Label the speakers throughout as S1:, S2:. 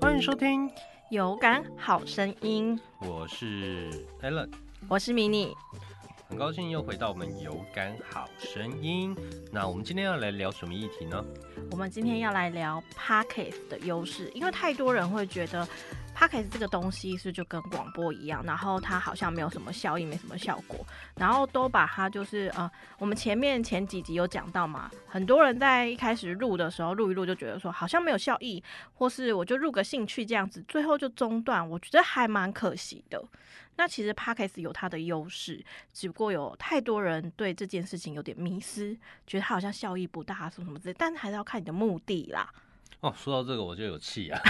S1: 欢迎收听，
S2: 有感好声音，
S1: 我是 Alan，
S2: 我是迷你。
S1: 很高兴又回到我们有感好声音。那我们今天要来聊什么议题呢？
S2: 我们今天要来聊 Podcast 的优势，因为太多人会觉得 Podcast 这个东西是就跟广播一样，然后它好像没有什么效益，没什么效果，然后都把它就是呃，我们前面前几集有讲到嘛，很多人在一开始录的时候录一录就觉得说好像没有效益，或是我就录个兴趣这样子，最后就中断，我觉得还蛮可惜的。那其实 Podcast 有它的优势，只不过有太多人对这件事情有点迷失，觉得它好像效益不大，什么什么之类，但还是要看你的目的 啦。
S1: 哦，说到这个我就有气 啊！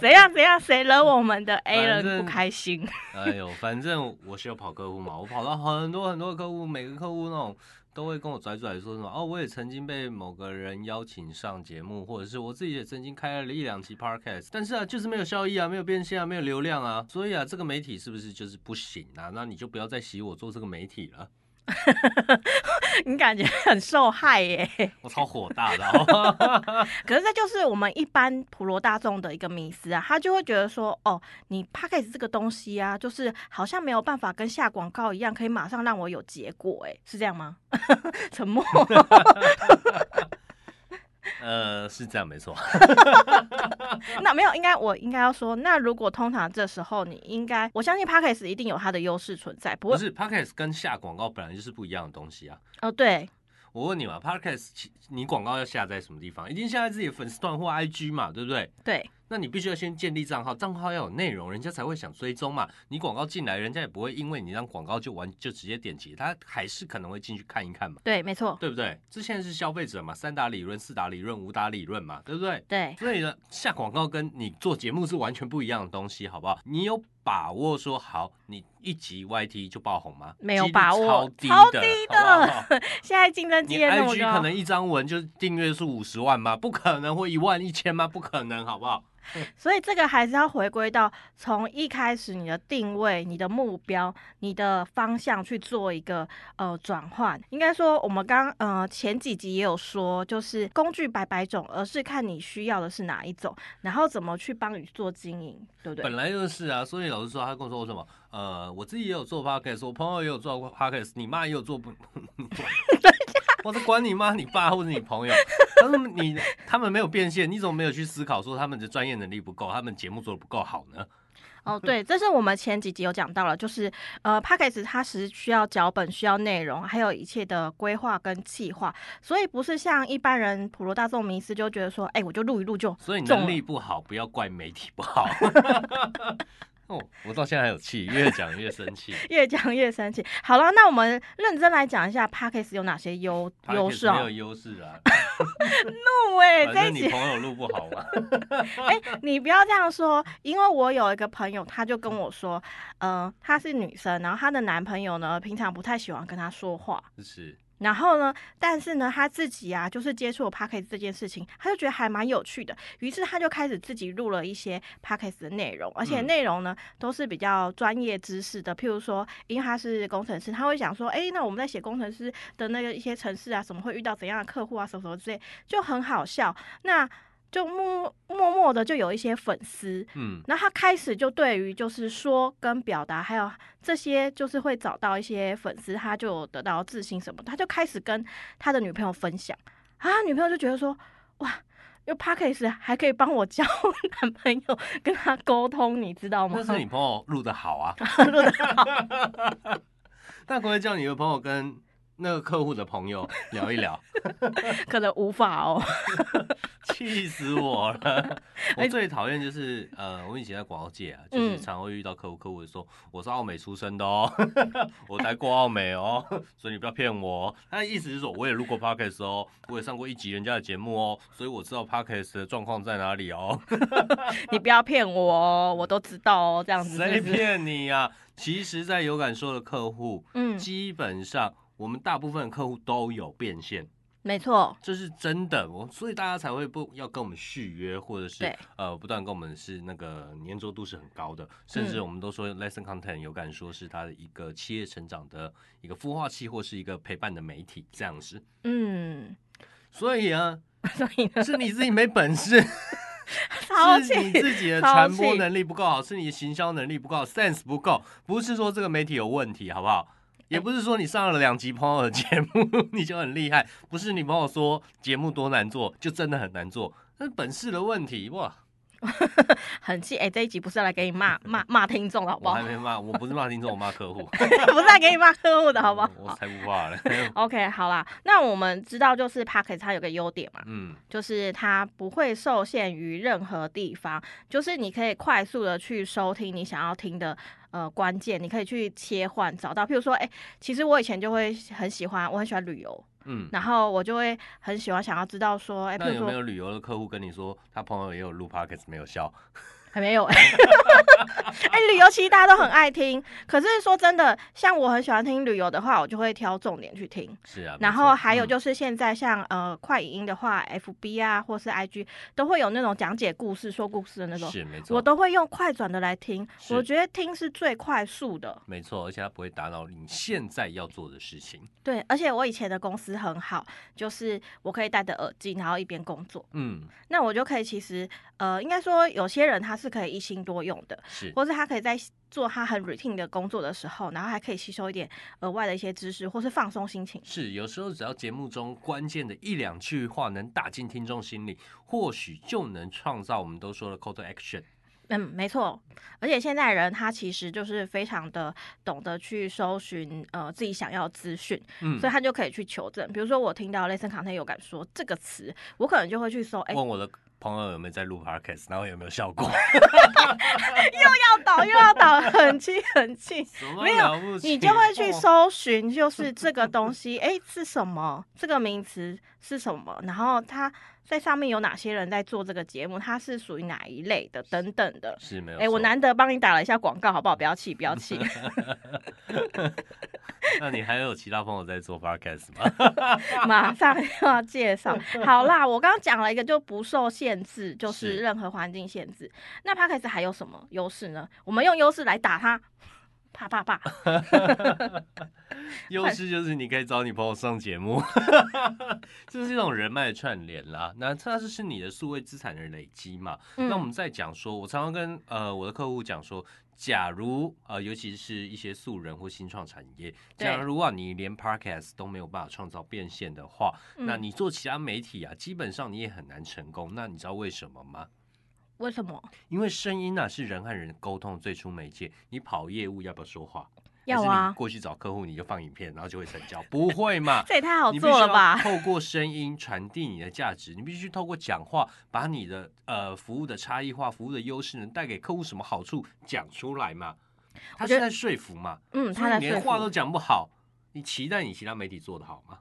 S2: 怎样怎样，谁惹我们的 A
S1: 反
S2: 人
S1: 正
S2: 不 开心？
S1: 哎呦，反正我是有跑客户嘛，我跑到很多很多客户，每个客户那种都会跟我拽拽说什么哦，我也曾经被某个人邀请上节目，或者是我自己也曾经开了一两期 podcast，但是啊，就是没有效益啊，没有变现啊，没有流量啊，所以啊，这个媒体是不是就是不行啊？那你就不要再洗我做这个媒体了。
S2: 你感觉很受害耶、
S1: 我超火大的、 哦，
S2: 可是这就是我们一般普罗大众的一个迷思啊，他就会觉得说，哦，你 p a c k a g e 这个东西啊，就是好像没有办法跟下广告一样，可以马上让我有结果、哎，是这样吗？ 沉默。
S1: 呃，是这样没错。
S2: 那没有，应该我应该要说，那如果通常这时候你应该，我相信 p a c k a g e 一定有它的优势存在，不
S1: 不
S2: 会
S1: 是 podcast 跟下广告本来就是不一样的东西啊。
S2: 哦，对，
S1: 我问你嘛，podcast 其你广告要下在什么地方？一定下在自己的粉丝团或 IG 嘛，对不对？
S2: 对，
S1: 那你必须要先建立账号，账号要有内容，人家才会想追踪嘛。你广告进来，人家也不会因为你让广告就完就直接点击，他还是可能会进去看一看嘛，
S2: 对，没错，
S1: 对不对？这现在是消费者嘛，三打理论、四打理论、五打理论嘛，对不对？
S2: 对，
S1: 所以呢，下广告跟你做节目是完全不一样的东西，好不好？你有把握说好，你一集 YT 就爆红吗？
S2: 没有
S1: 几率
S2: 把握
S1: 超低的，
S2: 超低的
S1: 好不好
S2: 现在竞争激
S1: 你
S2: 烈那么
S1: IG 可
S2: 高，
S1: 能一张文就是订阅数五十万吗？不可能，或一万一千吗？不可能，好不好？
S2: 所以这个还是要回归到从一开始你的定位、你的目标、你的方向去做一个呃转换。应该说，我们刚呃前几集也有说，就是工具百百种，而是看你需要的是哪一种，然后怎么去帮你做经营，对不对
S1: 本？来就是啊，所以老师说，他跟我说什么？呃，我自己也有做 podcast，我朋友也有做过 podcast，你妈也有做不？ 我是管你妈、你爸或者你朋友， 他说你他们没有变现，你怎么没有去思考说他们的专业能力不够，他们节目做的不够好呢？嗯
S2: 哦，对，这是我们前几集有讲到了，就是呃 p a c k a g e 它是需要脚本、需要内容，还有一切的规划跟计划，所以不是像一般人普罗大众迷思就觉得说，哎、我就录一录就
S1: 所以
S2: 中
S1: 能
S2: 了
S1: 力不好，不要怪媒体不好。 哦，我到现在还有气，越讲越生气。
S2: 越讲越生气。好了，那我们认真来讲一下 p a c k a g e 有哪些优 优势
S1: Podcast 没有
S2: 哦。
S1: 优势 啊，
S2: 怒哎、
S1: 反
S2: 这一
S1: 正
S2: 集
S1: 你朋友录不好嘛。
S2: 哎、你不要这样说，因为我有一个朋友，她就跟我说，呃，她是女生，然后她的男朋友呢，平常不太喜欢跟她说话，
S1: 就是
S2: 然后呢，但是呢，他自己啊，就是接触了 p a c k a g e 这件事情，他就觉得还蛮有趣的，于是他就开始自己录了一些 p a c k a g e 的内容，而且
S1: 嗯
S2: 内容呢、都是比较专业知识的，譬如说，因为他是工程师，他会想说，诶，那我们在写工程师的那个一些程式啊，什么会遇到怎样的客户啊，什么什么之类，就很好笑。那就默默默的就有一些粉丝，
S1: 嗯，
S2: 然后他开始就对于就是说跟表达，还有这些就是会找到一些粉丝，他就有得到自信什么的，他就开始跟他的女朋友分享，啊，他女朋友就觉得说，哇，用 p a c k a g e 还可以帮我交 男朋友，跟他沟通，你知道吗
S1: 那？是你朋友录的好啊，
S2: 录得
S1: 好。 那可不可以叫你的朋友跟那个客户的朋友聊一聊？
S2: 可能无法哦。
S1: 气死我了！我最讨厌就是呃，我以前在广告界啊，就是
S2: 哎嗯
S1: 常会遇到客户，客户就说我是奥美出身的哦， 我待过奥美哦，所以你不要骗我哦。他的意思是说我也录过 podcast 哦，我也上过一集人家的节目哦，所以我知道 podcast 的状况在哪里哦。
S2: 你不要骗我哦，我都知道哦，这样子
S1: 谁
S2: 是不是？
S1: 骗你啊？其实，在有感说的客户，
S2: 嗯，
S1: 基本上我们大部分的客户都有变现。
S2: 没错，
S1: 这是真的，我所以大家才会不要跟我们续约，或者是
S2: 对
S1: 呃不断跟我们是那个粘着度是很高的，甚至
S2: 嗯
S1: 我们都说 lesson content 有感说是它的一个企业成长的一个孵化器，或是一个陪伴的媒体这样子。
S2: 嗯，
S1: 所以啊，
S2: 所以呢，
S1: 是你自己没本事，
S2: 他抛
S1: 是你
S2: 弃。
S1: 自己的
S2: 抛
S1: 传播
S2: 弃
S1: 能力不够好，是你的行销能力不够好，sense 不够，不是说这个媒体有问题，好不好？
S2: 哎
S1: 也不是说你上了两集朋友的节目 你就很厉害，不是你朋友说节目多难做，就真的很难做，那是本事的问题哇！
S2: 很气哎、这一集不是来给你骂骂骂听众的好不
S1: 我
S2: 好
S1: 还？没骂，我不是骂听众，我骂客户，
S2: 不是来给你骂客户的 好不好？
S1: 我才不怕嘞。
S2: OK，好啦，那我们知道就是 p a c k e t 它有个优点嘛，
S1: 嗯，
S2: 就是它不会受限于任何地方，就是你可以快速的去收听你想要听的呃关键，你可以去切换找到，譬如说，哎、其实我以前就会很喜欢，我很喜欢旅游，
S1: 嗯，
S2: 然后我就会很喜欢想要知道说，哎、
S1: 那
S2: 譬如
S1: 有没
S2: 说
S1: 有旅游的客户跟你说，他朋友也有录 podcast 没有笑？
S2: 还没有，哎、旅游其实大家都很爱听，可是说真的，像我很喜欢听旅游的话，我就会挑重点去听。
S1: 是啊，没
S2: 然
S1: 错
S2: 后还有
S1: 嗯
S2: 就是现在像、呃快影音的话，FB 啊或是 IG 都会有那种讲解故事、说故事的那种，
S1: 是没错，
S2: 我都会用快转的来听。
S1: 是
S2: 我觉得听是最快速的，
S1: 没错，而且他不会打扰你现在要做的事情。
S2: 对。而且我以前的公司很好，就是我可以戴着耳机，然后一边工作，
S1: 嗯，
S2: 那我就可以其实呃应该说有些人他是可以一心多用的，
S1: 是
S2: 或是他可以在做他很 routine 的工作的时候，然后还可以吸收一点额外的一些知识，或是放松心情。
S1: 是，有时候只要节目中关键的一两句话能打进听众心里，或许就能创造我们都说的 call to action。
S2: 嗯，没错，而且现在人他其实就是非常的懂得去搜寻呃自己想要的资讯，
S1: 嗯
S2: 所，以他就可以去求证。比如说我听到类似康 n 有感说这个词，我可能就会去搜，哎、
S1: 问我的朋友有没有在录 podcast，然后有没有效 果？
S2: 要倒又要倒，很气 很气，
S1: 什么
S2: 没有
S1: 了不起哦
S2: 你就会去搜寻，就是这 个东西，哎、是什么？这个名词是什么？然后它在上面有哪些人在做这个节目？它是属于哪一类的？等等的。
S1: 是没有
S2: 哎、
S1: 错。
S2: 我难得帮你打了一下广告，好不好？不要气，不 要气。
S1: 那你还有其他朋友在做 podcast 吗？
S2: 马上就要介绍。好啦，我刚刚讲了一个就不受限制，就是
S1: 是
S2: 任何环境限制。那 p o d c a s 还有什么优势呢？我们用优势来打它，啪啪啪！
S1: 优势就是你可以找你朋友上节目， 这是一种人脉串联啦。那它就是你的数位资产的累积嘛。那我
S2: 嗯
S1: 们再讲说，我常常跟呃我的客户讲说，假如呃，尤其是一些素人或新创产业，
S2: 对
S1: 假如啊你连 podcast 都没有办法创造变现的话，那
S2: 嗯
S1: 你做其他媒体啊，基本上你也很难成功。那你知道为什么吗？
S2: 为什么
S1: 因为声音啊是人和人沟通的最初媒介。你跑业务要不要说话？
S2: 要
S1: 还是你
S2: 啊？
S1: 过去找客户你就放影片，然后就会成交？不会嘛？
S2: 这也太好
S1: 你必
S2: 哦做
S1: 须
S2: 了
S1: 要
S2: 吧？
S1: 透过声音传递你的价值，你必须透过讲话把你的呃服务的差异化、服务的优势能带给客户什么好处讲出来嘛？他
S2: 觉
S1: 是在
S2: 得
S1: 说服嘛？
S2: 嗯，
S1: 所
S2: 他
S1: 以
S2: 在
S1: 你连
S2: 说
S1: 话都
S2: 服，
S1: 讲不好，你期待你其他媒体做得好吗？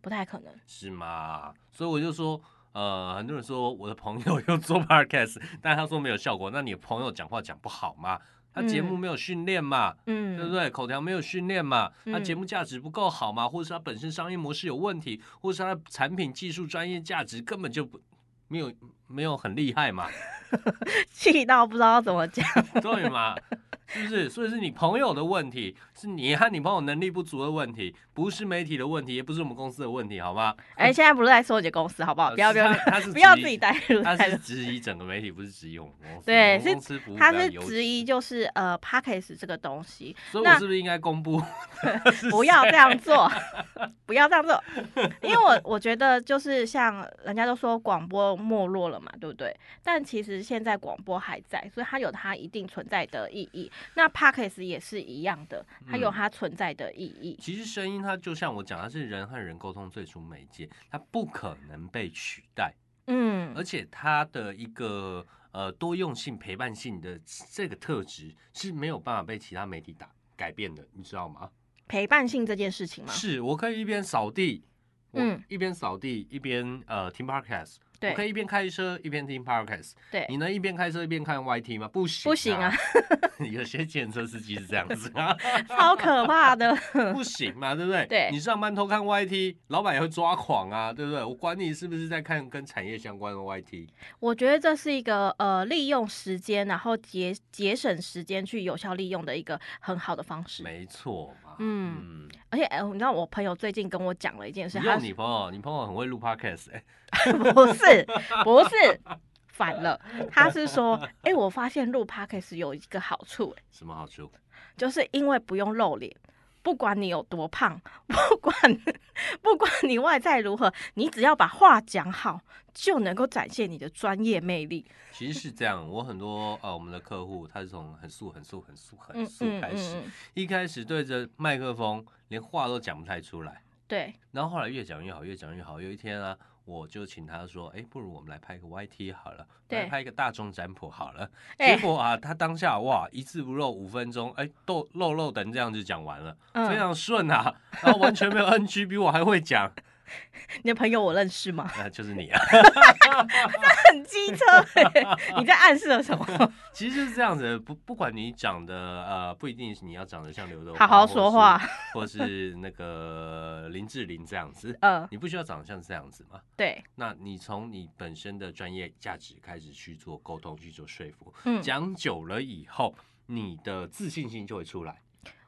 S2: 不太可能。
S1: 是吗？所以我就说。呃，很多人说我的朋友又做 podcast，但他说没有效果。那你的朋友讲话讲不好吗？他节目
S2: 嗯
S1: 没有训练嘛？
S2: 嗯，
S1: 对不对？口条没有训练嘛，他节
S2: 嗯
S1: 目价值不够好嘛，或者是他本身商业模式有问题，或者是他的产品技术专业价值根本就不没有没有很厉害嘛，
S2: 气到不知道怎么讲。
S1: 对嘛？是不是？所以是你朋友的问题，是你和你朋友能力不足的问题，不是媒体的问题，也不是我们公司的问题，好吗？
S2: 哎、现在不是在说你的公司好不好？
S1: 呃
S2: 不要不
S1: 是
S2: 要
S1: 他他是
S2: 不要
S1: 质疑
S2: 自己带入
S1: 他
S2: 带
S1: 是
S2: 入。
S1: 质疑整个媒体，不是质疑我们公司。
S2: 对
S1: 我们
S2: 是
S1: 公司服务
S2: 他
S1: 比较
S2: 是
S1: 优
S2: 质疑，
S1: 质，
S2: 就是呃 p a c k a g e 这个东西，
S1: 所以
S2: 那
S1: 我是不是应该公布？
S2: 不要这样做， 不要这样做，因为我 我觉得就是像人家都说广播没落了嘛，对不对？但其实现在广播还在，所以它有它一定存在的意义。那 p a c k a g e 也是一样的，它有
S1: 嗯
S2: 它存在的意义。
S1: 其实声音它就像我讲，它是人和人沟通最初媒介，它不可能被取代，
S2: 嗯，
S1: 而且它的一个呃多用性、陪伴性的这个特质是没有办法被其他媒体打改变的，你知道吗？
S2: 陪伴性这件事情嘛，
S1: 是我可以一边扫地，
S2: 嗯
S1: 嗯，一边扫地一边呃听 podcast，我可
S2: 对
S1: 以一边开车一边听 podcast，你
S2: 对，
S1: 能一边开车一边看 YT 吗？不行、
S2: 不行啊，
S1: 有些检车司机是这样子啊。
S2: 超可怕的。
S1: 不行嘛，对不对？
S2: 对
S1: 你上班偷看 YT，老板也会抓狂啊，对不对？我管你是不是在看跟产业相关的 YT，
S2: 我觉得这是一个呃利用时间，然后节节省时间去有效利用的一个很好的方式。
S1: 没错嘛。
S2: 嗯
S1: 嗯，
S2: 而且，哎、你知道我朋友最近跟我讲了一件事，
S1: 你
S2: 他
S1: 用你朋友，你朋友很会录 podcast，哎、
S2: 不是，不是，反了，他是说，哎、我发现录 podcast 有一个好处、哎，
S1: 什么好处？
S2: 就是因为不用露脸。不管你有多胖，不管 不管你外在如何，你只要把话讲好，就能够展现你的专业魅力。
S1: 其实是这样，我很多呃，我们的客户他是从很素、很素、很素、很
S2: 嗯
S1: 素
S2: 嗯
S1: 开始，
S2: 嗯嗯，
S1: 一开始对着麦克风连话都讲不太出来，
S2: 对，
S1: 然后后来越讲越好，越讲越好。有一天啊，我就请他说：“哎，不如我们来拍个 YT 好了，我们来
S2: 对
S1: 拍一个大众占卜好了。”
S2: 哎
S1: 结果啊，他当下哇一字不漏，五分钟，哎，豆漏漏等这样就讲完了，非
S2: 嗯，
S1: 常顺啊，然后完全没有 NG，比我还会讲，
S2: 你的朋友我认识吗？
S1: 那、就是你啊。
S2: 很机车、欸，你在暗示了什么？
S1: 其实就是这样子，不不管你长得呃不一定是你要长得像刘德华，
S2: 好好说话，
S1: 或是，或是那个林志玲这样 子，
S2: 嗯，
S1: 你不需要长得像这样子嘛。
S2: 对，
S1: 那你从你本身的专业价值开始去做沟通，去做说服，
S2: 嗯，
S1: 讲久了以后，你的自信心就会出来。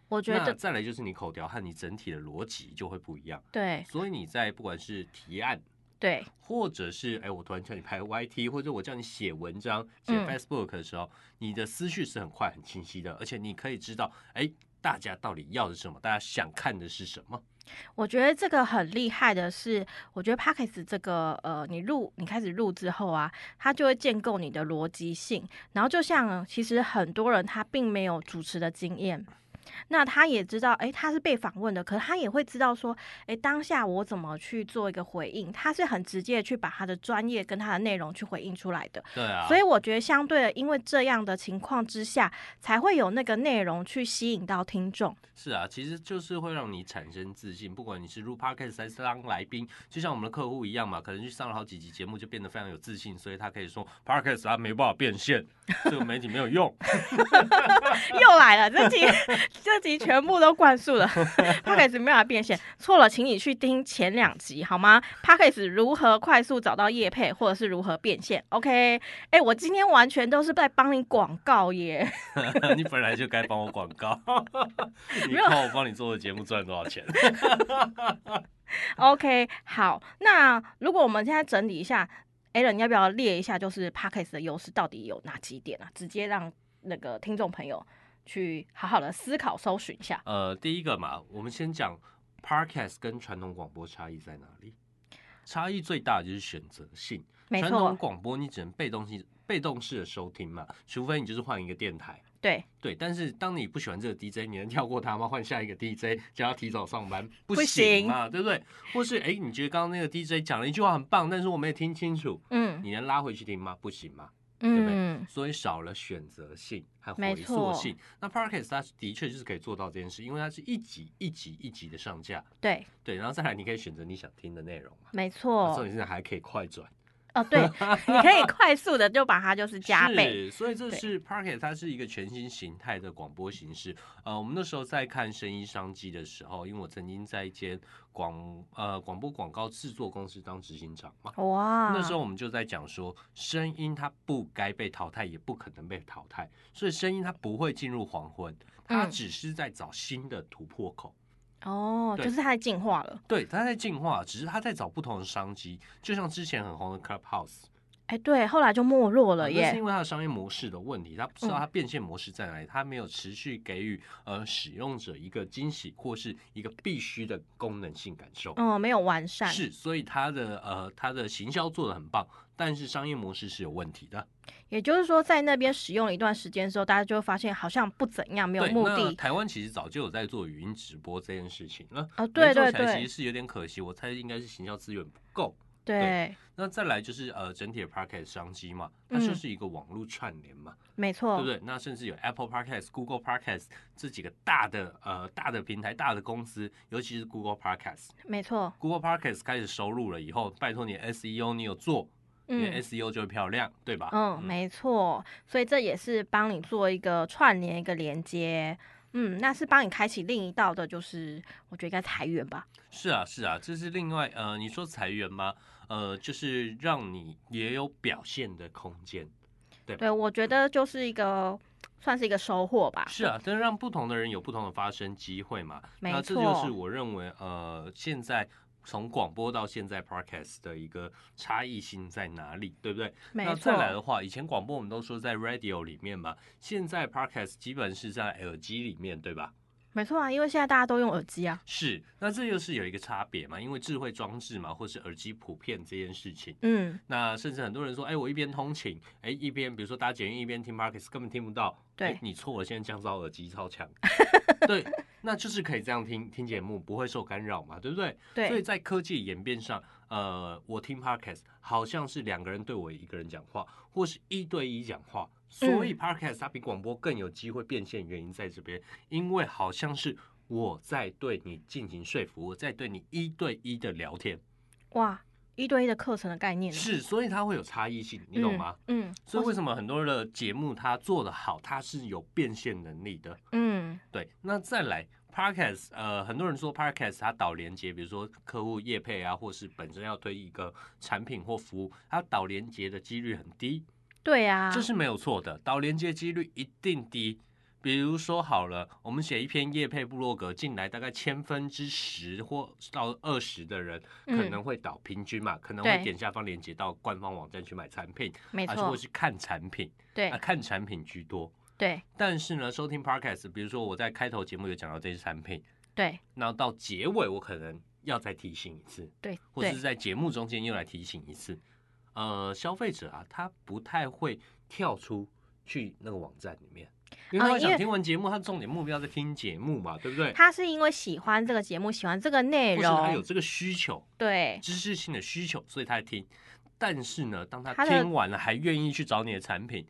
S2: 我觉
S1: 那
S2: 得
S1: 再来就是你口条和你整体的逻辑就会不一样。
S2: 对
S1: 所以你在不管是提案，
S2: 对
S1: 或者是哎、我突然叫你拍 YT，或者我叫你写文章、写
S2: 嗯
S1: Facebook 的时候，你的思绪是很快、很清晰的，而且你可以知道，哎、大家到底要的是什么，大家想看的是什么。
S2: 我觉得这个很厉害的是，我觉得 p a c k a g e 这个呃，你录你开始录之后啊，它就会建构你的逻辑性。然后就像其实很多人他并没有主持的经验，那他也知道，诶，他是被访问的，可是他也会知道说，诶，当下我怎么去做一个回应，他是很直接地去把他的专业跟他的内容去回应出来的。
S1: 对啊，
S2: 所以我觉得相对的，因为这样的情况之下，才会有那个内容去吸引到听众。
S1: 是啊，其实就是会让你产生自信，不管你是录 podcast 还是当来宾，就像我们的客户一样嘛，可能去上了好几集节目，就变得非常有自信，所以他可以说 podcast 他没办法变现，这个媒体没有用。
S2: 又来了，这集这集全部都灌 输了。p a c k a g e 没有办法变现，错了，请你去听前两集好吗 p a c k a g e 如何快速找到业配，或者是如何变现？OK，哎、我今天完全都是在帮你广告耶。
S1: 你本来就该帮我广 告，你
S2: 没有
S1: 靠我帮你做的节目赚多少钱？
S2: OK，好，那如果我们现在整理一下 a l a n 要不要列一下，就是 p a c k a g e 的优势到底有哪几点啊？直接让那个听众朋友去好好的思考搜寻一下。
S1: 呃，第一个嘛，我们先讲 podcast 跟传统广播差异在哪里？差异最大的就是选择性。
S2: 没
S1: 传统
S2: 错，
S1: 广播你只能被动性、被动式的收听嘛，除非你就是换一个电台。
S2: 对，
S1: 对，但是当你不喜欢这个 DJ，你能跳过他吗？换下一个 DJ，叫他提早上班，不
S2: 不
S1: 行
S2: 行
S1: 嘛，对不对？或是哎、诶你觉得刚刚那个 DJ 讲了一句话很棒，但是我没有听清楚，
S2: 嗯
S1: 你能拉回去听吗？不行嘛，不对
S2: 嗯，
S1: 所以少了选择性和回
S2: 没
S1: 溯
S2: 错
S1: 性。那 Parkes 它的确就是可以做到这件事，因为它是一集一集一集的上架，
S2: 对，
S1: 对，然后再来你可以选择你想听的内容嘛。
S2: 没
S1: 那
S2: 错
S1: 啊重。点是还可以快转，
S2: 哦，对， 你可以快速的就把它就是加
S1: 是，
S2: 倍，
S1: 所以这
S2: 对
S1: 是 Parket，它是一个全新形态的广播形式。呃，我们那时候在看生意商机的时候，因为我曾经在一间广呃广播广告制作公司当执行长嘛，
S2: 哇，
S1: 那时候我们就在讲说，声音它不该被淘汰，也不可能被淘汰，所以声音它不会进入黄昏，它
S2: 嗯
S1: 只是在找新的突破口。
S2: 哦，
S1: 对
S2: 就是它在进化了，
S1: 对，它在进化，只是它在找不同的商机。就像之前很红的 Clubhouse，
S2: 哎，对，后来就没落
S1: 啊
S2: 了
S1: 那是
S2: 耶，
S1: 因为它的商业模式的问题，它不知道
S2: 嗯
S1: 它变现模式在哪里，它没有持续给予呃使用者一个惊喜或是一个必须的功能性感受。
S2: 嗯，没有完善，
S1: 是，所以它的呃它的行销做的很棒，但是商业模式是有问题的。
S2: 也就是说，在那边使用了一段时间之后，大家就会发现好像不怎样，没有
S1: 对，
S2: 目
S1: 那
S2: 的，
S1: 台湾其实早就有在做语音直播这件事情了。
S2: 哦，
S1: 没
S2: 对
S1: 做
S2: 对
S1: 起来其
S2: 对
S1: 实是有点可惜，我猜应该是行销资源不够。
S2: 对，
S1: 那再来就是呃整体的 p a r k e t 商机嘛，它就
S2: 嗯
S1: 是一个网络串联嘛。
S2: 没错，
S1: 对不对？那甚至有 Apple Podcast、Google Podcast 这几个大的呃大的平台、大的公司，尤其是 Google Podcast。
S2: 没错，
S1: Google Podcast 开始收入了以后，拜托你 SEO 你有做，你的
S2: 嗯。
S1: SEO 就会漂亮，对吧？
S2: 嗯，没错，所以这也是帮你做一个串联、一个连接，嗯，那是帮你开启另一道的，就是我觉得应该裁员吧，
S1: 是啊，是啊，这是另外呃，你说裁员吗？呃，就是让你也有表现的空间。
S2: 对，我觉得就是一个算是一个收获吧。
S1: 是啊，但是让不同的人有不同的发声机会嘛。
S2: 没
S1: 那这
S2: 错
S1: 就是我认为呃，现在从广播到现在 podcast 的一个差异性在哪里，对不对？那
S2: 没错
S1: 再，来的话，以前广播我们都说在 radio 里面嘛，现在 podcast 基本是在耳机里面，对吧？
S2: 没错啊，因为现在大家都用耳机啊，
S1: 是，那这就是有一个差别嘛，因为智慧装置嘛，或是耳机普遍这件事情。
S2: 嗯，
S1: 那甚至很多人说，哎、我一边通勤，哎、一边比如说搭捷运，一边听 Parkes，根本听不到。
S2: 对
S1: 哎你错了，现在降噪耳机超 强。对，那就是可以这样听听节目，不会受干扰嘛，对不对？所以
S2: 对，
S1: 在科技演变上，呃，我听 podcast 好像是两个人对我一个人讲话，或是一对一讲话，所以 podcast 它比广播更有机会变现，原因在这边，因为好像是我在对你进行说服，我在对你一对一的聊天，
S2: 哇，一对一的课程的概念呢，
S1: 是，所以它会有差异性，你懂吗？
S2: 嗯？嗯，
S1: 所以为什么很多的节目它做得好，它是有变现能力的，
S2: 嗯，
S1: 对，那再来 podcast，呃，很多人说 podcast 它导连接，比如说客户业配啊，或是本身要推一个产品或服务，它导连接的几率很低，
S2: 对啊，
S1: 这是没有错的，导连接几率一定低。比如说好了，我们写一篇业配部落格进来，大概千分之十或到二十的人
S2: 嗯
S1: 可能会导平均嘛，可能
S2: 对
S1: 会点下方链接到官方网站去买产品，
S2: 没
S1: 啊，或
S2: 错，
S1: 是看产品，啊，
S2: 对
S1: 看产品居多。
S2: 对
S1: 但是呢，收听 podcast，比如说我在开头节目有讲到这些产品，
S2: 对
S1: 那到结尾我可能要再提醒一次，
S2: 对
S1: 或是
S2: 对，
S1: 在节目中间又来提醒一次。呃，消费者啊，他不太会跳出去那个网站里面，因为
S2: 啊
S1: 他会
S2: 因为
S1: 想听完节目，他重点目标在听节目嘛，对不对？
S2: 他是因为喜欢这个节目，喜欢这个内
S1: 或是他有
S2: 容，
S1: 这个需求，
S2: 对，
S1: 知识性的需求，所以他在听。但是呢，当他
S2: 他的
S1: 听完了，还愿意去找你的产品，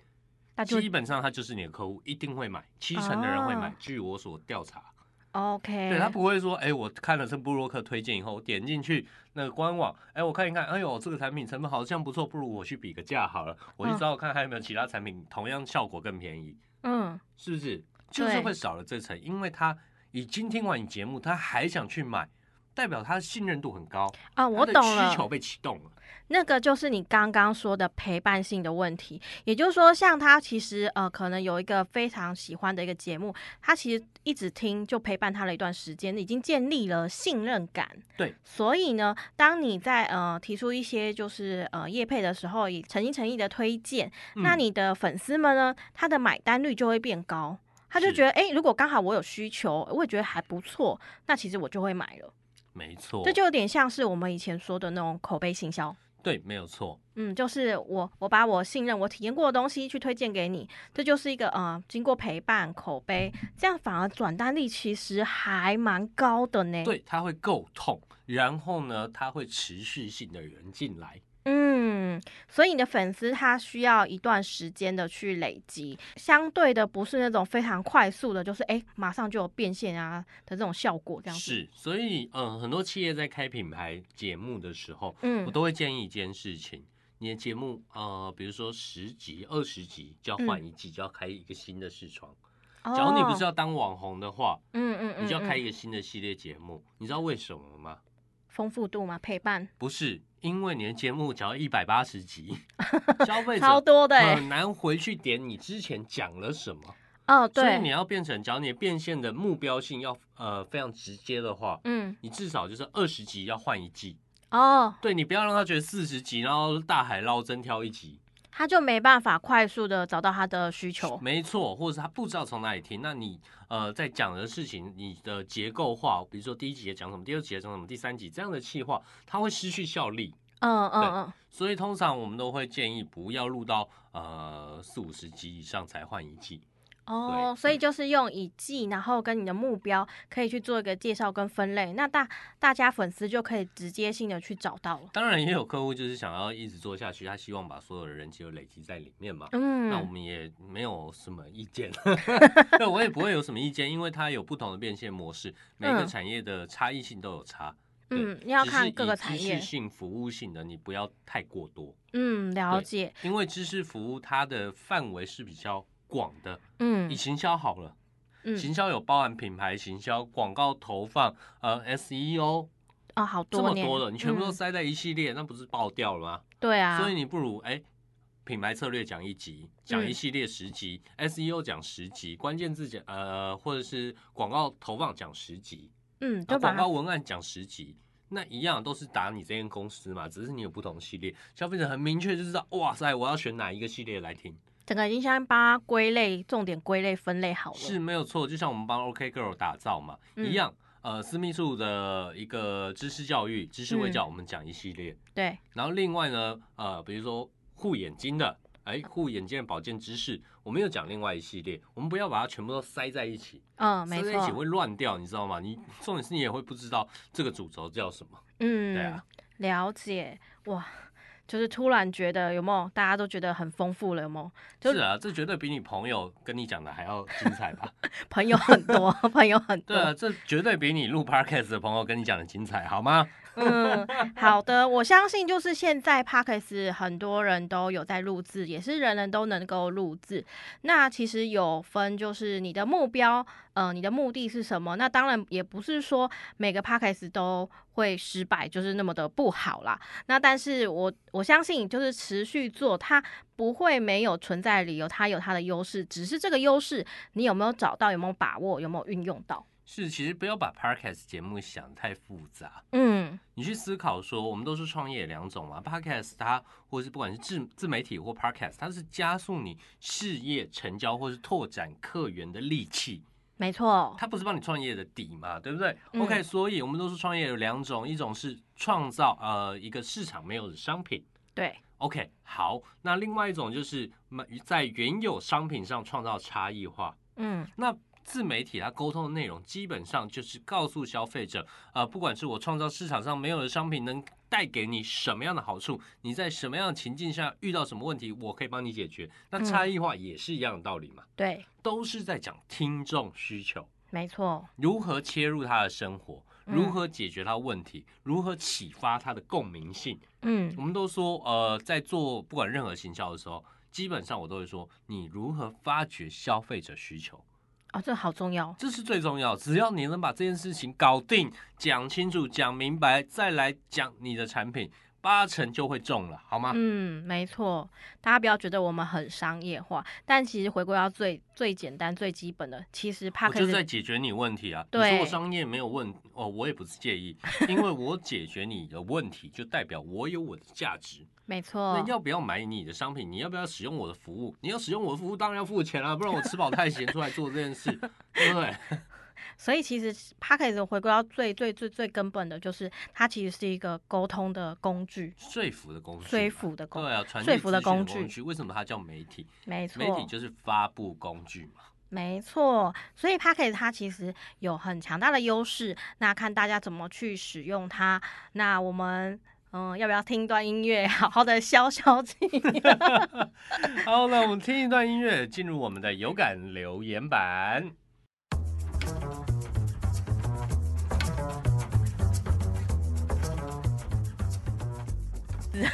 S2: 他就
S1: 基本上他就是你的客户，一定会买，七成的人会买。
S2: 哦
S1: 据我所调查，
S2: OK，
S1: 对他不会说，哎、我看了这布洛克推荐以后，我点进去那个官网，哎、我看一看，哎呦，这个产品成本好像不错，不如我去比个价好了，我去
S2: 嗯
S1: 找找看还有没有其他产品同样效果更便宜，
S2: 嗯，
S1: 是不是？就是
S2: 对
S1: 会少了这层，因为他已经听完你节目，他还想去买，代表他的信任度很高，
S2: 啊，
S1: 他
S2: 我
S1: 的
S2: 懂
S1: 需求
S2: 了，
S1: 被启动了，
S2: 那个就是你刚刚说的陪伴性的问题，也就是说，像他其实呃，可能有一个非常喜欢的一个节目，他其实一直听就陪伴他了一段时间，已经建立了信任感。
S1: 对，
S2: 所以呢，当你在呃提出一些就是呃业配的时候，以诚心诚意的推荐，那
S1: 嗯
S2: 你的粉丝们呢，他的买单率就会变高。他就是觉得，哎、如果刚好我有需求，我也觉得还不错，那其实我就会买了。
S1: 没错，
S2: 这就有点像是我们以前说的那种口碑行销。
S1: 对，没有错，
S2: 嗯，就是我我把我信任、我体验过的东西去推荐给你，这就是一个呃，经过陪伴、口碑，这样反而转单率其实还蛮高的呢。，
S1: 对，他会够痛，然后呢，他会持续性的人进来。
S2: 嗯，所以你的粉丝他需要一段时间的去累积，相对的不是那种非常快速的，就是哎、诶马上就有变现啊的这种效果，这样子。
S1: 是，所以嗯、呃很多企业在开品牌节目的时候，我
S2: 嗯
S1: 都会建议一件事情：你的节目呃，比如说十集、二十集就要
S2: 嗯
S1: 换一季，就要开一个新的视窗。假如你不是
S2: 道，
S1: 要当网红的话，
S2: 嗯嗯哦嗯，
S1: 你就要开
S2: 嗯
S1: 一个新的系列节目。你知道为什么吗？
S2: 丰富度嘛，陪伴
S1: 不是因为你的节目只要一百八十 集，消费
S2: 超
S1: 者
S2: 多的、欸，
S1: 很难回去点你之前讲了什么，
S2: 哦
S1: 所以你
S2: 对，
S1: 要变成，假如你的变现的目标性要呃非常直接的话，
S2: 嗯
S1: 你至少就是二十集要换一季。
S2: 哦，
S1: 对你不要让他觉得四十集，然后大海捞针挑一集，
S2: 他就没办法快速的找到他的需求。
S1: 没错，或者是他不知道从哪里听。那你呃在讲的事情，你的结构化，比如说第一集在讲什么，第二集在讲什么，第三集这样的气化，它会失去效力。
S2: 嗯嗯
S1: 所以通常我们都会建议不要录到呃四五十集以上才换一季。
S2: 嗯，哦，所以就是用以季，然后跟你的目标可以去做一个介绍跟分类，那大大家粉丝就可以直接性的去找到了。
S1: 当然也有客户就是想要一直做下去，他希望把所有的人气都累积在里面嘛。那我
S2: 嗯，
S1: 们也没有什么意见， 对，我也不会有什么意见，因为它有不同的变现模式，每个
S2: 嗯
S1: 产业的差异性都有差。对
S2: 嗯，要
S1: 只
S2: 看
S1: 是
S2: 各
S1: 以
S2: 个产
S1: 知
S2: 业
S1: 识。性、服务性的，你不要太过多，
S2: 嗯，了解。
S1: 因为知识服务它的范围是比较广的。以
S2: 嗯
S1: 行销好了，
S2: 嗯，
S1: 行销有包含品牌行销、广告投放、呃 SEO
S2: 哦，好
S1: 这么
S2: 呢
S1: 多的，你全部都
S2: 嗯
S1: 塞在一系列，那不是爆掉了吗？
S2: 对啊。
S1: 所以你不如哎、品牌策略讲一集，
S2: 嗯
S1: 讲一系列十集、s e o 讲十集，关键字讲呃，或者是广告投放讲十集，
S2: 嗯，
S1: 然
S2: 就
S1: 后广
S2: 把
S1: 告
S2: 它
S1: 文案讲十集。那一样都是打你这间公司嘛，只是你有不同系列，消费者很明确就知道，哇塞，我要选哪一个系列来听，
S2: 整个已经先把它归类，重点归类分类好了。
S1: 是没有错。就像我们帮 OK Girl 打造嘛，
S2: 嗯
S1: 一样，呃，私密处的一个知识教育、知识会
S2: 嗯
S1: 教，我们讲一系列。
S2: 对，
S1: 然后另外呢，呃，比如说护眼睛的，哎，护眼睛的保健知识，我们又讲另外一系列，我们不要把它全部都塞在一起，
S2: 嗯，
S1: 塞
S2: 没
S1: 在一起
S2: 错，
S1: 会乱掉，你知道吗？你重点是你也会不知道这个主轴叫什么，
S2: 嗯，
S1: 对啊
S2: 了解，哇，就是突然觉得有没有，大家都觉得很丰富了，有没有？就是
S1: 啊，这绝对比你朋友跟你讲的还要精彩吧？
S2: 朋友很多， 朋友很多
S1: 对，啊，这绝对比你录 podcast 的朋友跟你讲的精彩，好吗？
S2: 嗯，好的，我相信就是现在 p o d c a s t 很多人都有在录制，也是人人都能够录制。那其实有分，就是你的目标，呃，你的目的是什么？那当然也不是说每个 p o d c a s t 都会失败，就是那么的不好啦。那但是我我相信，就是持续做，它不会没有存在的理由，它有它的优势，只是这个优势你有没有找到，有没有把握，有没有运用到？
S1: 是，其实不要把 podcast 节目想太复杂，
S2: 嗯，
S1: 你去思考说，我们都是创业两种嘛，podcast 它或是不管是自自媒体或 podcast，它是加速你事业成交或是拓展客源的利器，
S2: 没错，
S1: 它不是帮你创业的底嘛，对不对、
S2: 嗯
S1: o k 所以我们都是创业有两种，一种是创造呃一个市场没有的商品。
S2: 对，
S1: OK，好，那另外一种就是买在原有商品上创造差异化。
S2: 嗯。
S1: 那自媒体它沟通的内容基本上就是告诉消费者，呃，不管是我创造市场上没有的商品能带给你什么样的好处，你在什么样的情境下遇到什么问题，我可以帮你解决。那
S2: 嗯
S1: 差异化也是一样的道理嘛，
S2: 对，
S1: 都是在讲听众需求，
S2: 没错，
S1: 如何切入他的生活，如
S2: 嗯
S1: 何解决他问题，如何启发他的共鸣性。
S2: 嗯
S1: 我们都说，呃，在做不管任何行销的时候，基本上我都会说，你如何发掘消费者需求，
S2: 啊、这好重要。
S1: 这是最重要。只要你能把这件事情搞定、讲清楚、讲明白，再来讲你的产品，八成就会中了，好吗？
S2: 嗯，没错，大家不要觉得我们很商业化，但其实回归到最最简单、最基本的，其实 p a
S1: 我
S2: c
S1: 就是
S2: k
S1: 在
S2: a
S1: 解决你问题啊！你
S2: 对
S1: 说我商业没有问哦，我也不是介意，因为我解决你的问题，就代表我有我的价值。
S2: 没
S1: 那
S2: 错，
S1: 要不要买你的商品？你要不要使用我的服务？你要使用我的服务，当然要付钱啊，不然我吃饱太闲出来做这件事，对不对？
S2: 所以其实 p a c k a g e 回归到最最最最根本的，就是它其实是一个沟通的工具，
S1: 说服的工具嘛，
S2: 说服的工
S1: 对啊，传递
S2: 说服的
S1: 资讯
S2: 工
S1: 工
S2: 具
S1: 为什么它叫媒体？
S2: 没错，
S1: 媒体就是发布工具嘛。
S2: 没错，所以 p a c k a g e 它其实有很强大的优势，那看大家怎么去使用它。那我们嗯，要不要听一段音乐，好好的消消气？
S1: 好，那我们听一段音乐，进入我们的有感留言版。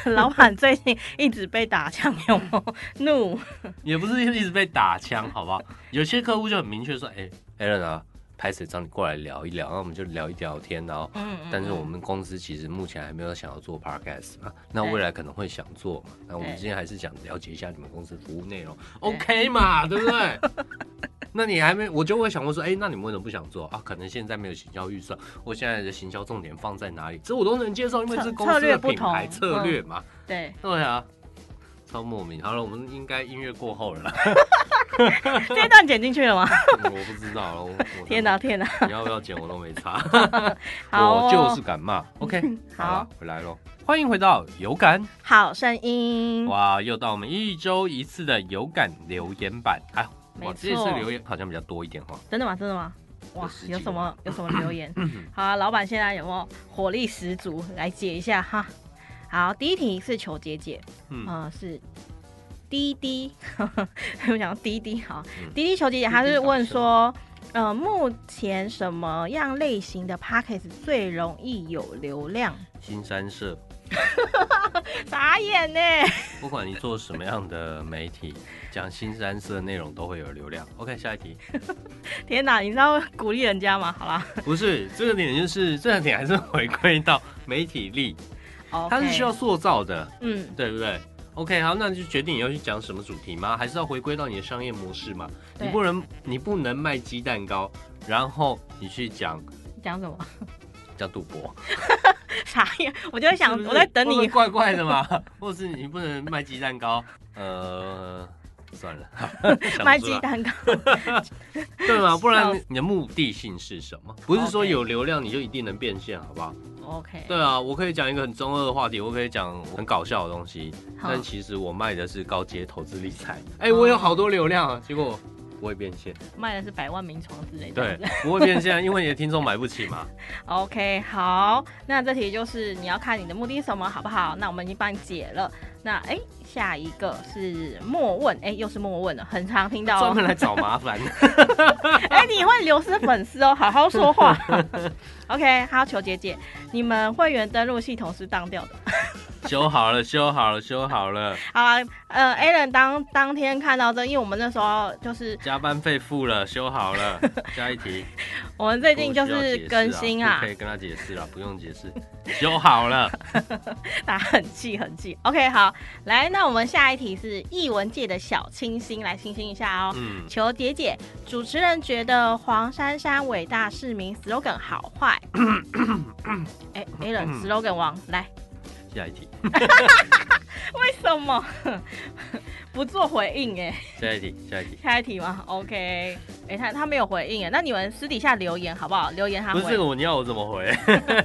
S2: 老板最近一直被打枪，有没有怒？
S1: 也不是一直被打枪，好不好？有些客户就很明确说：“哎、a a r o n 啊，拍谁找你过来聊一聊，那我们就聊一聊天。”哦然后，
S2: 嗯
S1: 但是我们公司其实目前还没有想要做 podcast 嘛，那
S2: 对
S1: 未来可能会想做嘛。那我们
S2: 对
S1: 今天还是想了解一下你们公司服务内容，OK 嘛，对不对？ 那你还没，我就会想问说，哎、那你们为什么不想做啊？可能现在没有行销预算，我现在的行销重点放在哪里？这我都能接受，因为
S2: 策
S1: 这是公
S2: 策
S1: 司
S2: 略
S1: 的
S2: 不
S1: 品牌
S2: 同嗯
S1: 策略嘛。
S2: 对，
S1: 对啊，超莫名。好了，我们应该音乐过后了啦，
S2: 这一段剪进去 了吗？
S1: 我不知道了。我我
S2: 天哪，天哪！
S1: 你要不要剪我都没差，
S2: 好哦
S1: 我就是敢骂。OK，
S2: 好
S1: 好了，回来喽。欢迎回到有感
S2: 好声音，
S1: 哇，又到我们一周一次的有感留言版啊！
S2: 没
S1: 我这次
S2: 错
S1: 留言好像比较多一点哦。
S2: 真的吗？真的吗？哇
S1: 有十，几嗯
S2: 有什么有什么留言？好、啊，老板现在有没有火力十足？来解一下哈。好，第一题是求姐姐，
S1: 嗯
S2: 呃，是滴滴， 我想到滴滴好，
S1: 嗯
S2: 滴滴求姐姐，她
S1: 滴滴
S2: 是
S1: 打
S2: 问
S1: 车
S2: 说，呃，目前什么样类型的 p a c k a g e 最容易有流量？
S1: 新三社，
S2: 傻眼呢、
S1: 不管你做什么样的媒体，讲新三社内容都会有流量。OK，下一题。
S2: 天哪，你知道鼓励人家吗？好啦，
S1: 不是这个点，就是这个点还是回归到媒体力，
S2: 哦，
S1: 它是需要塑造的，
S2: 嗯，
S1: 对不对？OK，好，那你就决定你要去讲什么主题吗？还是要回归到你的商业模式嘛？
S2: 对
S1: 你不能，你不能卖鸡蛋糕，然后你去讲
S2: 讲什么？
S1: 叫赌博。
S2: 啥呀？我就在想，
S1: 是不是
S2: 我在等
S1: 会不会
S2: 你。
S1: 怪怪的嘛， 或是你不能卖鸡蛋糕，呃，算 了，想不
S2: 卖
S1: 出
S2: 鸡
S1: 来
S2: 蛋糕，
S1: 对嘛？不然
S2: 笑哦
S1: 你你的目的性是什么？不是说
S2: OK
S1: 有流量你就一定能变现，好不好？
S2: 哦 OK，
S1: 对啊，我可以讲一个很中二的话题，我可以讲很搞笑的东西，
S2: 好哦
S1: 但其实我卖的是高阶投资理财。哎，我有好多流量啊，结果不会变现，
S2: 卖的是百万名床之类的。
S1: 对，不会变现，因为你的听众买不起嘛。
S2: OK，好，那这题就是你要看你的目的是什么，好不好？那我们已经帮你解了。那哎、诶下一个是莫问，哎、又是莫问了，很常听 到
S1: 专
S2: 哦。
S1: 门来找麻烦。
S2: 哎、你会流失粉丝哦，好好 说话。OK，好，求姐姐，你们会员登录系统是当掉的。
S1: 修好了，修好了，修好了，
S2: 好啊，呃 a l n 当当天看到这，因为我们那时候就是
S1: 加班费付了，修好了，下一题。
S2: 我们 最近就是更新啊
S1: 不需要解释不可以跟他解释了，不用解释，修好了。
S2: 打很气很气。OK，好，来，那我们下一题是艺文界的小清新，来清新一下哦。
S1: 嗯，
S2: 求解解，主持人觉得黄珊珊伟大市民 slogan 好 坏？哎 a l
S1: 嗯
S2: n slogan 王来，
S1: 下一题，
S2: 为什么 不做回应？哎，
S1: 下一题，下一题。
S2: 下一题吗？OK，哎、他他没有回应哎，那你们私底下留言好不好？留言他
S1: 不
S2: 回
S1: 是这个，我你要我怎么回？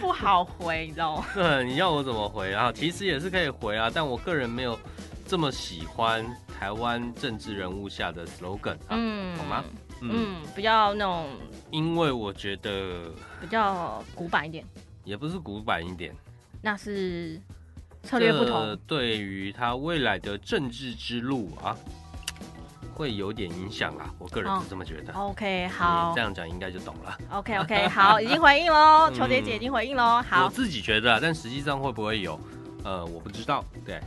S2: 不好回，你知道吗？
S1: 对，你要我怎么回啊？其实也是可以回啊，但我个人没有这么喜欢台湾政治人物下的 slogan 啊，
S2: 嗯，
S1: 好吗？嗯，
S2: 嗯，比较那种
S1: 因为我觉得
S2: 比较古板一点，
S1: 也不是古板一点，
S2: 那是策略不
S1: 这
S2: 同。
S1: 对于他未来的政治之路啊，会有点影响啊，我个人
S2: 哦
S1: 是这么觉得。
S2: OK，好
S1: 你这样讲应该就懂了。
S2: ，OK OK，好，已经回应喽，
S1: 嗯
S2: 球姐姐已经回应喽，
S1: 我
S2: 好
S1: 自己觉得啊，但实际上会不会有，呃，我不知道。对，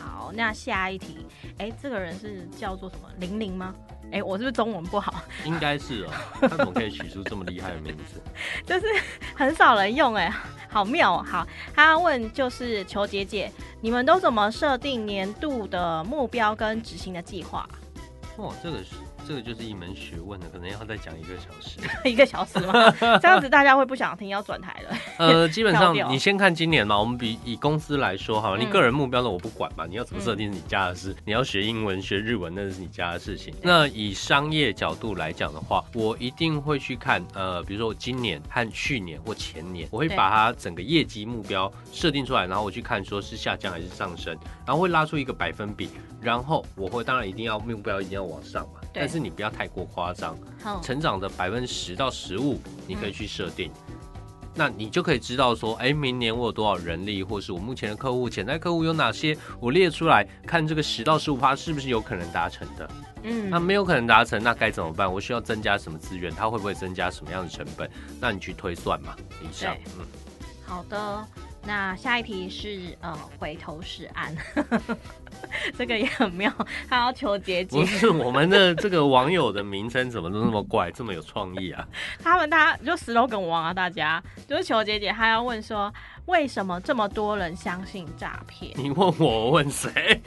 S2: 好，那下一题，哎，这个人是叫做什么玲玲吗？哎，我是不是中文不好？
S1: 应该 是哦。他怎么可以取出这么厉害的名字？
S2: 就是很少人用哎、 好妙、哦。好，他问就是求姐姐，你们都怎么设定年度的目标跟执行的计划？
S1: 哦，这个是这个就是一门学问了，可能要再讲一个小时。
S2: 一个小时 吗？这样子大家会不想听，要转台了。
S1: 呃，基本上
S2: 跳掉
S1: 你先看今年嘛，我们比以公司来说好了，你
S2: 嗯
S1: 个人目标的我不管嘛，你要怎么设定是你家的事，你要学英文、学日文那是你家的事情。那以商业角度来讲的话，我一定会去看，呃，比如说我今年和去年或前年，我会
S2: 对
S1: 把它整个业绩目标设定出来，然后我去看说是下降还是上升，然后会拉出一个百分比，然后我会当然一定要目标一定要往上嘛，
S2: 对
S1: 但是你不要太过夸张。
S2: 嗯
S1: 成长的百分之十到十五，你可以去设定。
S2: 嗯
S1: 那你就可以知道说，哎，明年我有多少人力，或是我目前的客户、潜在客户有哪些，我列出来看这个十到十五趴是不是有可能达成的。那
S2: 嗯，
S1: 没有可能达成，那该怎么办？我需要增加什么资源？它会不会增加什么样的成本？那你去推算嘛。以上
S2: 对，
S1: 嗯，
S2: 好的。那下一题是呃，回头是岸， 这个也很妙。他要求姐姐
S1: 不，是我们的这个网友的名称怎么都那么怪，这么有创意啊？
S2: 他们大家就石头梗王啊，大家就是求姐姐，她要问说，为什么这么多人相信诈骗？
S1: 你问我，我问谁？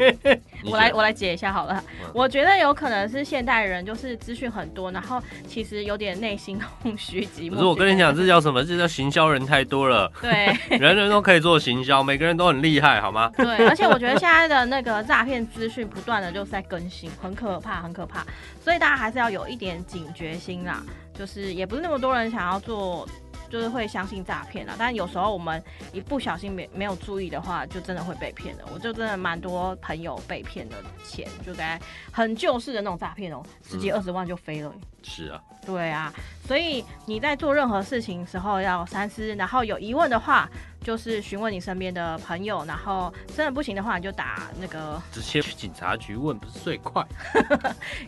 S1: 你
S2: 我来
S1: 觉得
S2: 我来解一下好了
S1: 嗯，
S2: 我觉得有可能是现代人就是资讯很多，然后其实有点内心空虚寂寞。
S1: 不是我跟你讲，这叫什么？这叫行销人太多了。
S2: 对
S1: 人人都可以做行销，每个人都很厉害，好吗？
S2: 对，而且我觉得现在的那个诈骗资讯不断的就是在更新，很可怕，很可怕，所以大家还是要有一点警觉心啦，就是也不是那么多人想要做。就是会相信诈骗啦，但有时候我们一不小心没没有注意的话，就真的会被骗的。我就真的蛮多朋友被骗的钱，就该很旧式的那种诈骗哦，十几
S1: 嗯
S2: 二十万就飞了、
S1: 是啊，
S2: 对啊，所以你在做任何事情时候要三思，然后有疑问的话，就是询问你身边的朋友，然后真的不行的话，你就打那个
S1: 直接去警察局问不是最快？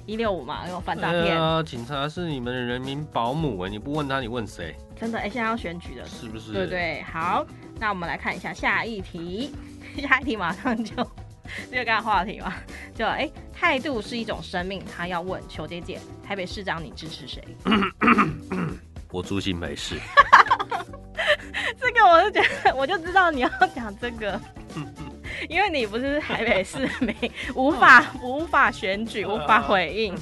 S2: 一六五嘛，那种反诈
S1: 对
S2: 骗。
S1: 啊，警察是你们的人民保姆哎，你不问他，你问谁？
S2: 真的，哎、现在要选举了，
S1: 是不是？
S2: 对不对？好，那我们来看一下下一题， 下一题马上就 热干话题嘛，就哎，态、度是一种生命，他要问求姐姐，台北市长你支持谁？
S1: 我朱信没事。
S2: 这个我就觉得，我就知道你要讲这个，因为你 不是台北市民，无法无法选举，无法回应。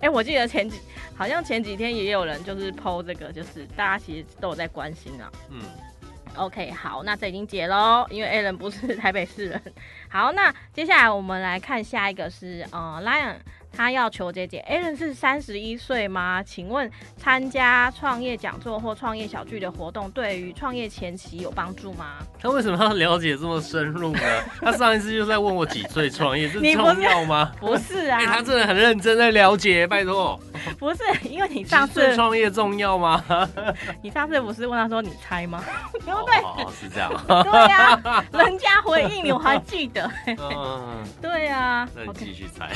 S2: 哎、我记得前几好像前几天也有人就是 PO 这个，就是大家其实都有在关心啊。
S1: 嗯，
S2: OK，好，那这已经解喽，因为 Alan 不是 台北市人。好，那接下来我们来看下一个是呃，Lion 他要求姐姐，Alan 是三十一岁吗？请问参加创业讲座或创业小聚的活动，对于创业前期有帮助吗？
S1: 他为什么要了解这么深入呢？ 他上一次就在问我几岁创业，这
S2: 你不是
S1: 重要吗？
S2: 不 是
S1: 哎、他
S2: 啊，
S1: 真的很认真在了解，拜托，
S2: 不是，因为你
S1: 几
S2: 上
S1: 岁
S2: 次
S1: 创业重要吗？
S2: 你上次不是问他说你猜吗？ 对不对？
S1: 哦哦，哦是这样。
S2: 对呀、 人家回应你，我还记得。
S1: 嗯，
S2: 对呀、
S1: 那
S2: o
S1: 你
S2: k
S1: 继续猜，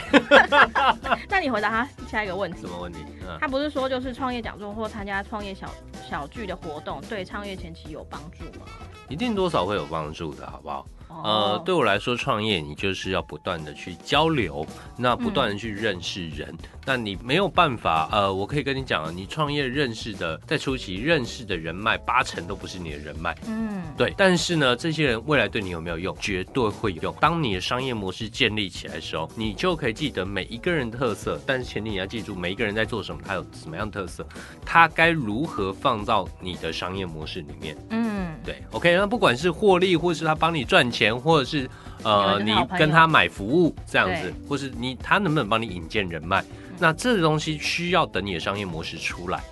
S2: 那你回答他下一个问题
S1: 什。么问题？嗯，
S2: 他不是说就是创业讲座或参加创业小小聚的活动，对创业前期有帮助吗？
S1: 一定多少会有帮助的，好不好？呃
S2: 哦，，
S1: 对我来说，创业你就是要不断的去交流，那不断的去认识人。那你没有办法，呃，我可以跟你讲，你创业认识的，在初期认识的人脉，八成都不是你的人脉。
S2: 嗯，
S1: 对，但是呢，这些人未来对你有没有用？绝对会有用。当你的商业模式建立起来的时候，你就可以记得每一个人的特色，但是前提你要记住每一个人在做什么，他有什么样的特色，他该如何放到你的商业模式里面。
S2: 嗯，
S1: 对，OK，那不管是获利，或是他帮你赚钱，或者是呃，
S2: 你
S1: 你
S2: 们是好朋友
S1: 跟他买服务这样
S2: 对嗯
S1: 子，或是你他能不能帮你引荐人脉，那这个东西需要等你的商业模式出来。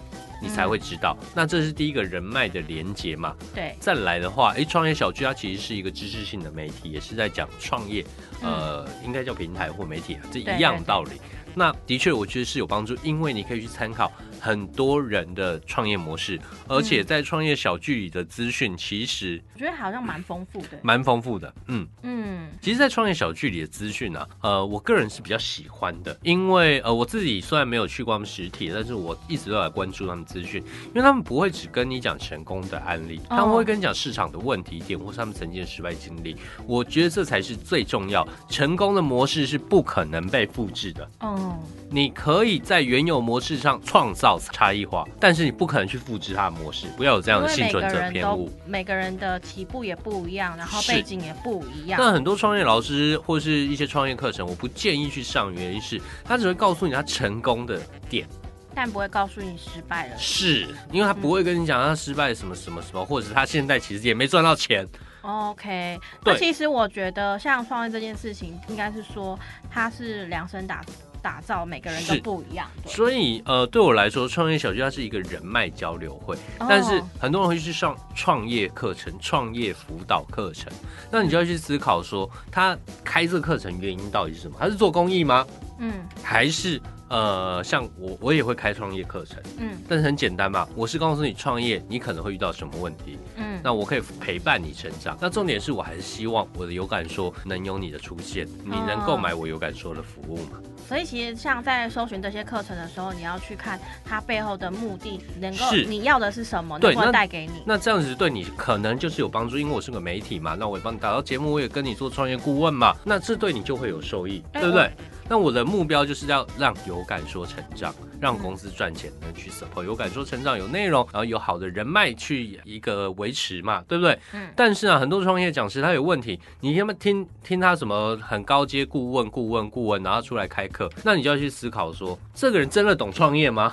S1: 你才
S2: 嗯
S1: 会知道，那这是第一个人脉的连接嘛？
S2: 对，
S1: 再来的话，诶，创业小聚它其实是一个知识性的媒体，也是在讲创业，呃，应该叫平台或媒体啊，这
S2: 嗯对
S1: 一样道理。那的确，我觉得是有帮助，因为你可以去参考很多人的创业模式，而
S2: 嗯
S1: 且在创业小聚里的资讯其实
S2: 我觉得好像蛮丰富的。
S1: 蛮丰富的。嗯，
S2: 嗯
S1: 其实，在创业小聚里的资讯啊，呃，我个人是比较喜欢的，因为呃，我自己虽然没有去过他们实体，但是我一直都在关注他们资讯，因为他们不会只跟你讲成功的案例，他
S2: 哦
S1: 们会跟你讲市场的问题点，或是他们曾经的失败经历。我觉得这才是最重要，成功的模式是不可能被复制的。
S2: 哦，
S1: 你可以在原有模式上创造差异化，但是你不可能去复制它的模式，不要有这样
S2: 因
S1: 的
S2: 为
S1: 幸
S2: 每个
S1: 存者
S2: 人
S1: 偏误
S2: 都。每个人的起步也不一样，然后
S1: 是
S2: 背景也不一
S1: 那
S2: 样。
S1: 很多创业老师或是一些创业课程，我不建议去上，原因是他只会告诉你他成功的点，
S2: 但不会告诉你失败了。
S1: 是因为他不会跟你讲他失败什么什么什么，或者是他现在其实也没赚到钱。
S2: OK，
S1: 对
S2: 那其实我觉得像创业这件事情，应该是说它是量身打打造，每个人都
S1: 是
S2: 不一样。对
S1: 所以呃，对我来说，创业小聚它是一个人脉交流会，但是
S2: 哦
S1: 很多人会去上创业课程、创业辅导课程，那你就要去思考说，他开这个课程原因到底是什么？他是做公益吗？
S2: 嗯
S1: 还是呃，像我我也会开创业课程？
S2: 嗯
S1: 但是很简单嘛，我是告诉你创业你可能会遇到什么问题，
S2: 嗯，
S1: 那我可以陪伴你成长。那重点是我还是希望我的有感说能有你的出现，你能购买我有感说的服务嘛？
S2: 所以其实像在搜寻这些课程的时候，你要去看它背后的目的，能够
S1: 是
S2: 你要的是什么，
S1: 对
S2: 能够
S1: 那
S2: 带给你。
S1: 那这样子对你可能就是有帮助，因为我是个媒体嘛，那我也帮你打到节目，我也跟你做创业顾问嘛，那这对你就会有受益，
S2: 哎
S1: 对不对？那我的目标就是要让有感说成长，让公司赚钱能去 support 有感说成长有内容，然后有好的人脉去一个维持嘛，对不对？
S2: 嗯，
S1: 但是啊，很多创业讲师他有问题，你他妈听听他什么很高阶顾问、顾问、顾问，然后出来开课，那你就要去思考说，这个人真的懂创业吗？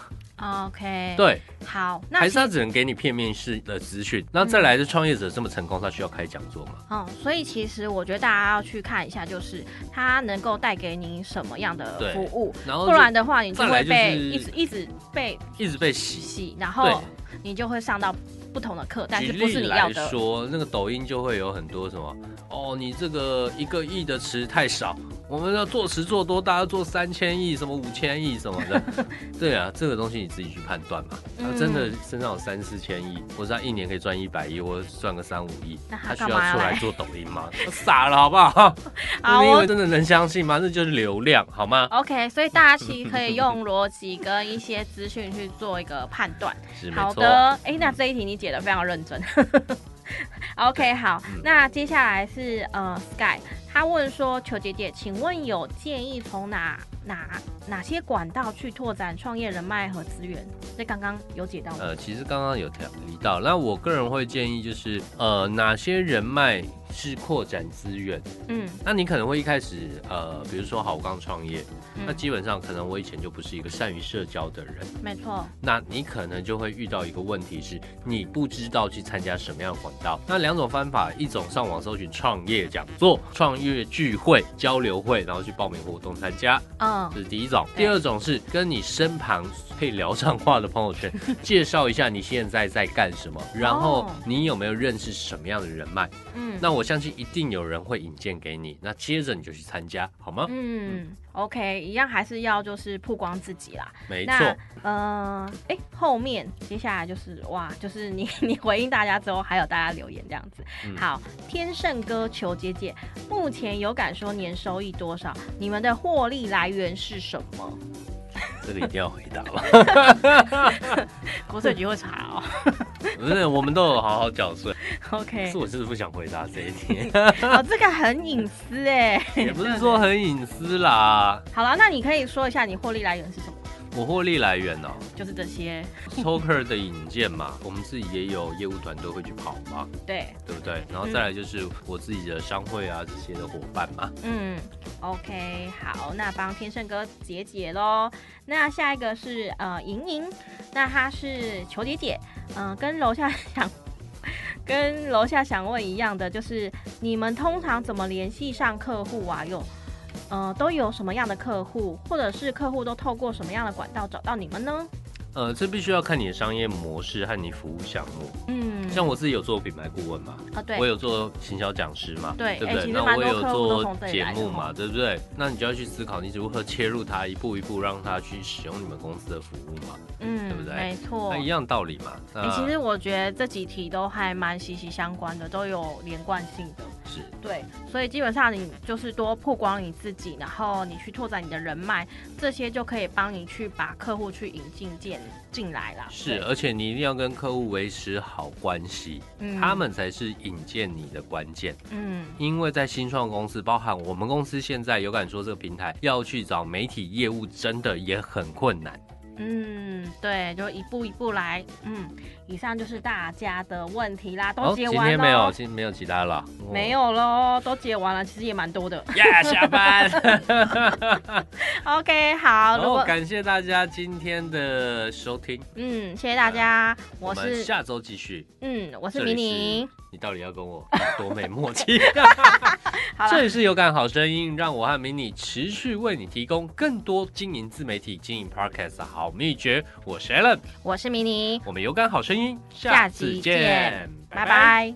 S2: OK，，
S1: 对，
S2: 好，那嗯
S1: 还
S2: 其
S1: 是他只能给你片面式的资讯？那再来的创业者这么成功，他需要开讲座吗？
S2: 嗯，所以其实我觉得大家要去看一下，就是它能够带给你什么样的
S1: 对
S2: 服务，
S1: 然后
S2: 不然的话你就
S1: 再来
S2: 会
S1: 就
S2: 被
S1: 是
S2: 一直一直被
S1: 就一直被洗。
S2: 洗，然
S1: 对
S2: 后你就会上到不同的课，但
S1: 举
S2: 是不是
S1: 例
S2: 你要
S1: 来
S2: 的。
S1: 说，那个抖音就会有很多什么哦，你这个一个亿的词太少，我们要做词做多，大家做三千亿、什么五千亿什么 的。对啊，这个东西你自己去判断嘛。他真
S2: 嗯
S1: 的身上有三四千亿，或者他一年可以赚一百亿，或者赚个三五亿，
S2: 那
S1: 他
S2: 他
S1: 需
S2: 干
S1: 要
S2: 嘛
S1: 出
S2: 来
S1: 来做抖音吗？ 他傻了好不好？
S2: 好，哦
S1: 你以
S2: 我
S1: 为真的能相信吗？那就是流量好吗？
S2: OK，所以大家其实可以用逻辑跟一些资讯去做一个判断。
S1: 是没
S2: 好
S1: 错。
S2: 的，哎、那这一题你解的非常认真。OK，好，
S1: 嗯
S2: 那接下来是呃，Sky，他问说，求姐姐，请问有建议从哪哪哪些管道去拓展创业人脉和资源？这刚刚有解到
S1: 呃
S2: 吗？
S1: 呃，其实刚刚有提提到，那我个人会建议就是，呃，哪些人脉是扩展资源。
S2: 嗯
S1: 那你可能会一开始，呃，比如说好，我刚创业，那
S2: 嗯，
S1: 基本上可能我以前就不是一个善于社交的人，
S2: 没错，
S1: 那你可能就会遇到一个问题是，你不知道去参加什么样的管道。那两种方法，一种上网搜寻创业讲座、创业聚会、交流会，然后去报名活动参加，
S2: 嗯
S1: 这是第一种。
S2: 对
S1: 第二种是跟你身旁可以聊上话的朋友 圈，介绍一下你现在在干什么，然后
S2: 哦
S1: 你有没有认识什么样的人脉。
S2: 嗯，
S1: 那我相信一定有人会引荐给你，那接着你就去参加，好吗？
S2: 嗯，OK，一样还是要就是曝光自己啦。
S1: 没错，
S2: 那呃，哎、后面接下来就是哇， 就是你你回应大家之后，还有大家留言这样子。
S1: 嗯
S2: 好，天盛哥求姐姐，目前有敢说年收益多少？你们的获利来源是什 么？
S1: 这个一定要回答了。
S2: 国税局会查哦。
S1: 不是，我们都有好好缴税。
S2: OK，
S1: 是我啊真的不想回答这一 题，
S2: 哦，这个很隐私哎。
S1: 也不是说很隐私啦。
S2: 好了，那你可以说一下你获利来源是什么？
S1: 我获利来源 哦、
S2: 就是这些，
S1: t o k e r 的引荐嘛，我们自己也有业务团队会去跑嘛，
S2: 对，
S1: 对不对？
S2: 嗯
S1: 然后再来就是我自己的商会啊这些的伙伴嘛。
S2: 嗯，OK，好，那帮天胜哥解解喽。那下一个是呃莹莹，那她是求姐姐，嗯、跟楼下想 跟楼下想问一样的，就是你们通常怎么联系上客户啊？有呃都有什么样的客户，或者是客户都透过什么样的管道找到你们呢？
S1: 呃，这必须要看你的商业模式和你服务项目。
S2: 嗯，
S1: 像我自己有做品牌顾问嘛，
S2: 啊对
S1: 我，有做行销讲师嘛，
S2: 对
S1: 对不
S2: 哎
S1: 对？
S2: 其实
S1: 那
S2: 蛮
S1: 我
S2: 多
S1: 也有
S2: 客户都从
S1: 做
S2: 这里
S1: 节
S2: 来的
S1: 目
S2: 哦
S1: 嘛，对不对？那你就要去思考你如何切入它，一步一步让它去使用你们公司的服务嘛。
S2: 嗯，
S1: 对不对
S2: 没错
S1: 那。一样道理嘛。
S2: 哎、
S1: 那
S2: 其实我觉得这几题都还蛮息息相关的，都有连贯性的。
S1: 是
S2: 对，所以基本上你就是多曝光你自己，然后你去拓展你的人脉，这些就可以帮你去把客户去引进进进来啦。
S1: 是，
S2: 对，
S1: 而且你一定要跟客户维持好关系，
S2: 嗯
S1: 他们才是引荐你的关键。
S2: 嗯
S1: 因为在新创公司，包含我们公司现在有敢说这个平台要去找媒体业务，真的也很困难。
S2: 嗯，对，就一步一步来。嗯，以上就是大家的问题啦，
S1: 哦，
S2: 都解
S1: 今
S2: 完
S1: 天没
S2: 了
S1: 有，。今天没有其他了，哦
S2: 没。有喽，都解完了，其实也蛮多的。
S1: 呀、下班。
S2: OK，好，
S1: 然
S2: 如
S1: 后
S2: 果
S1: 感谢大家今天的收听，
S2: 嗯，谢谢大家，我
S1: 们
S2: 是
S1: 下周继续。
S2: 嗯，我是
S1: 这
S2: 迷
S1: 里
S2: 你
S1: 是。你到底要跟我多没默契？
S2: 好了
S1: 这里是有感好声音，让我和迷你持续为你提供更多经营自媒体、经营 podcast 的好秘诀。我是 Allen，
S2: 我是迷你，
S1: 我们有感好声音，
S2: 下集见，拜拜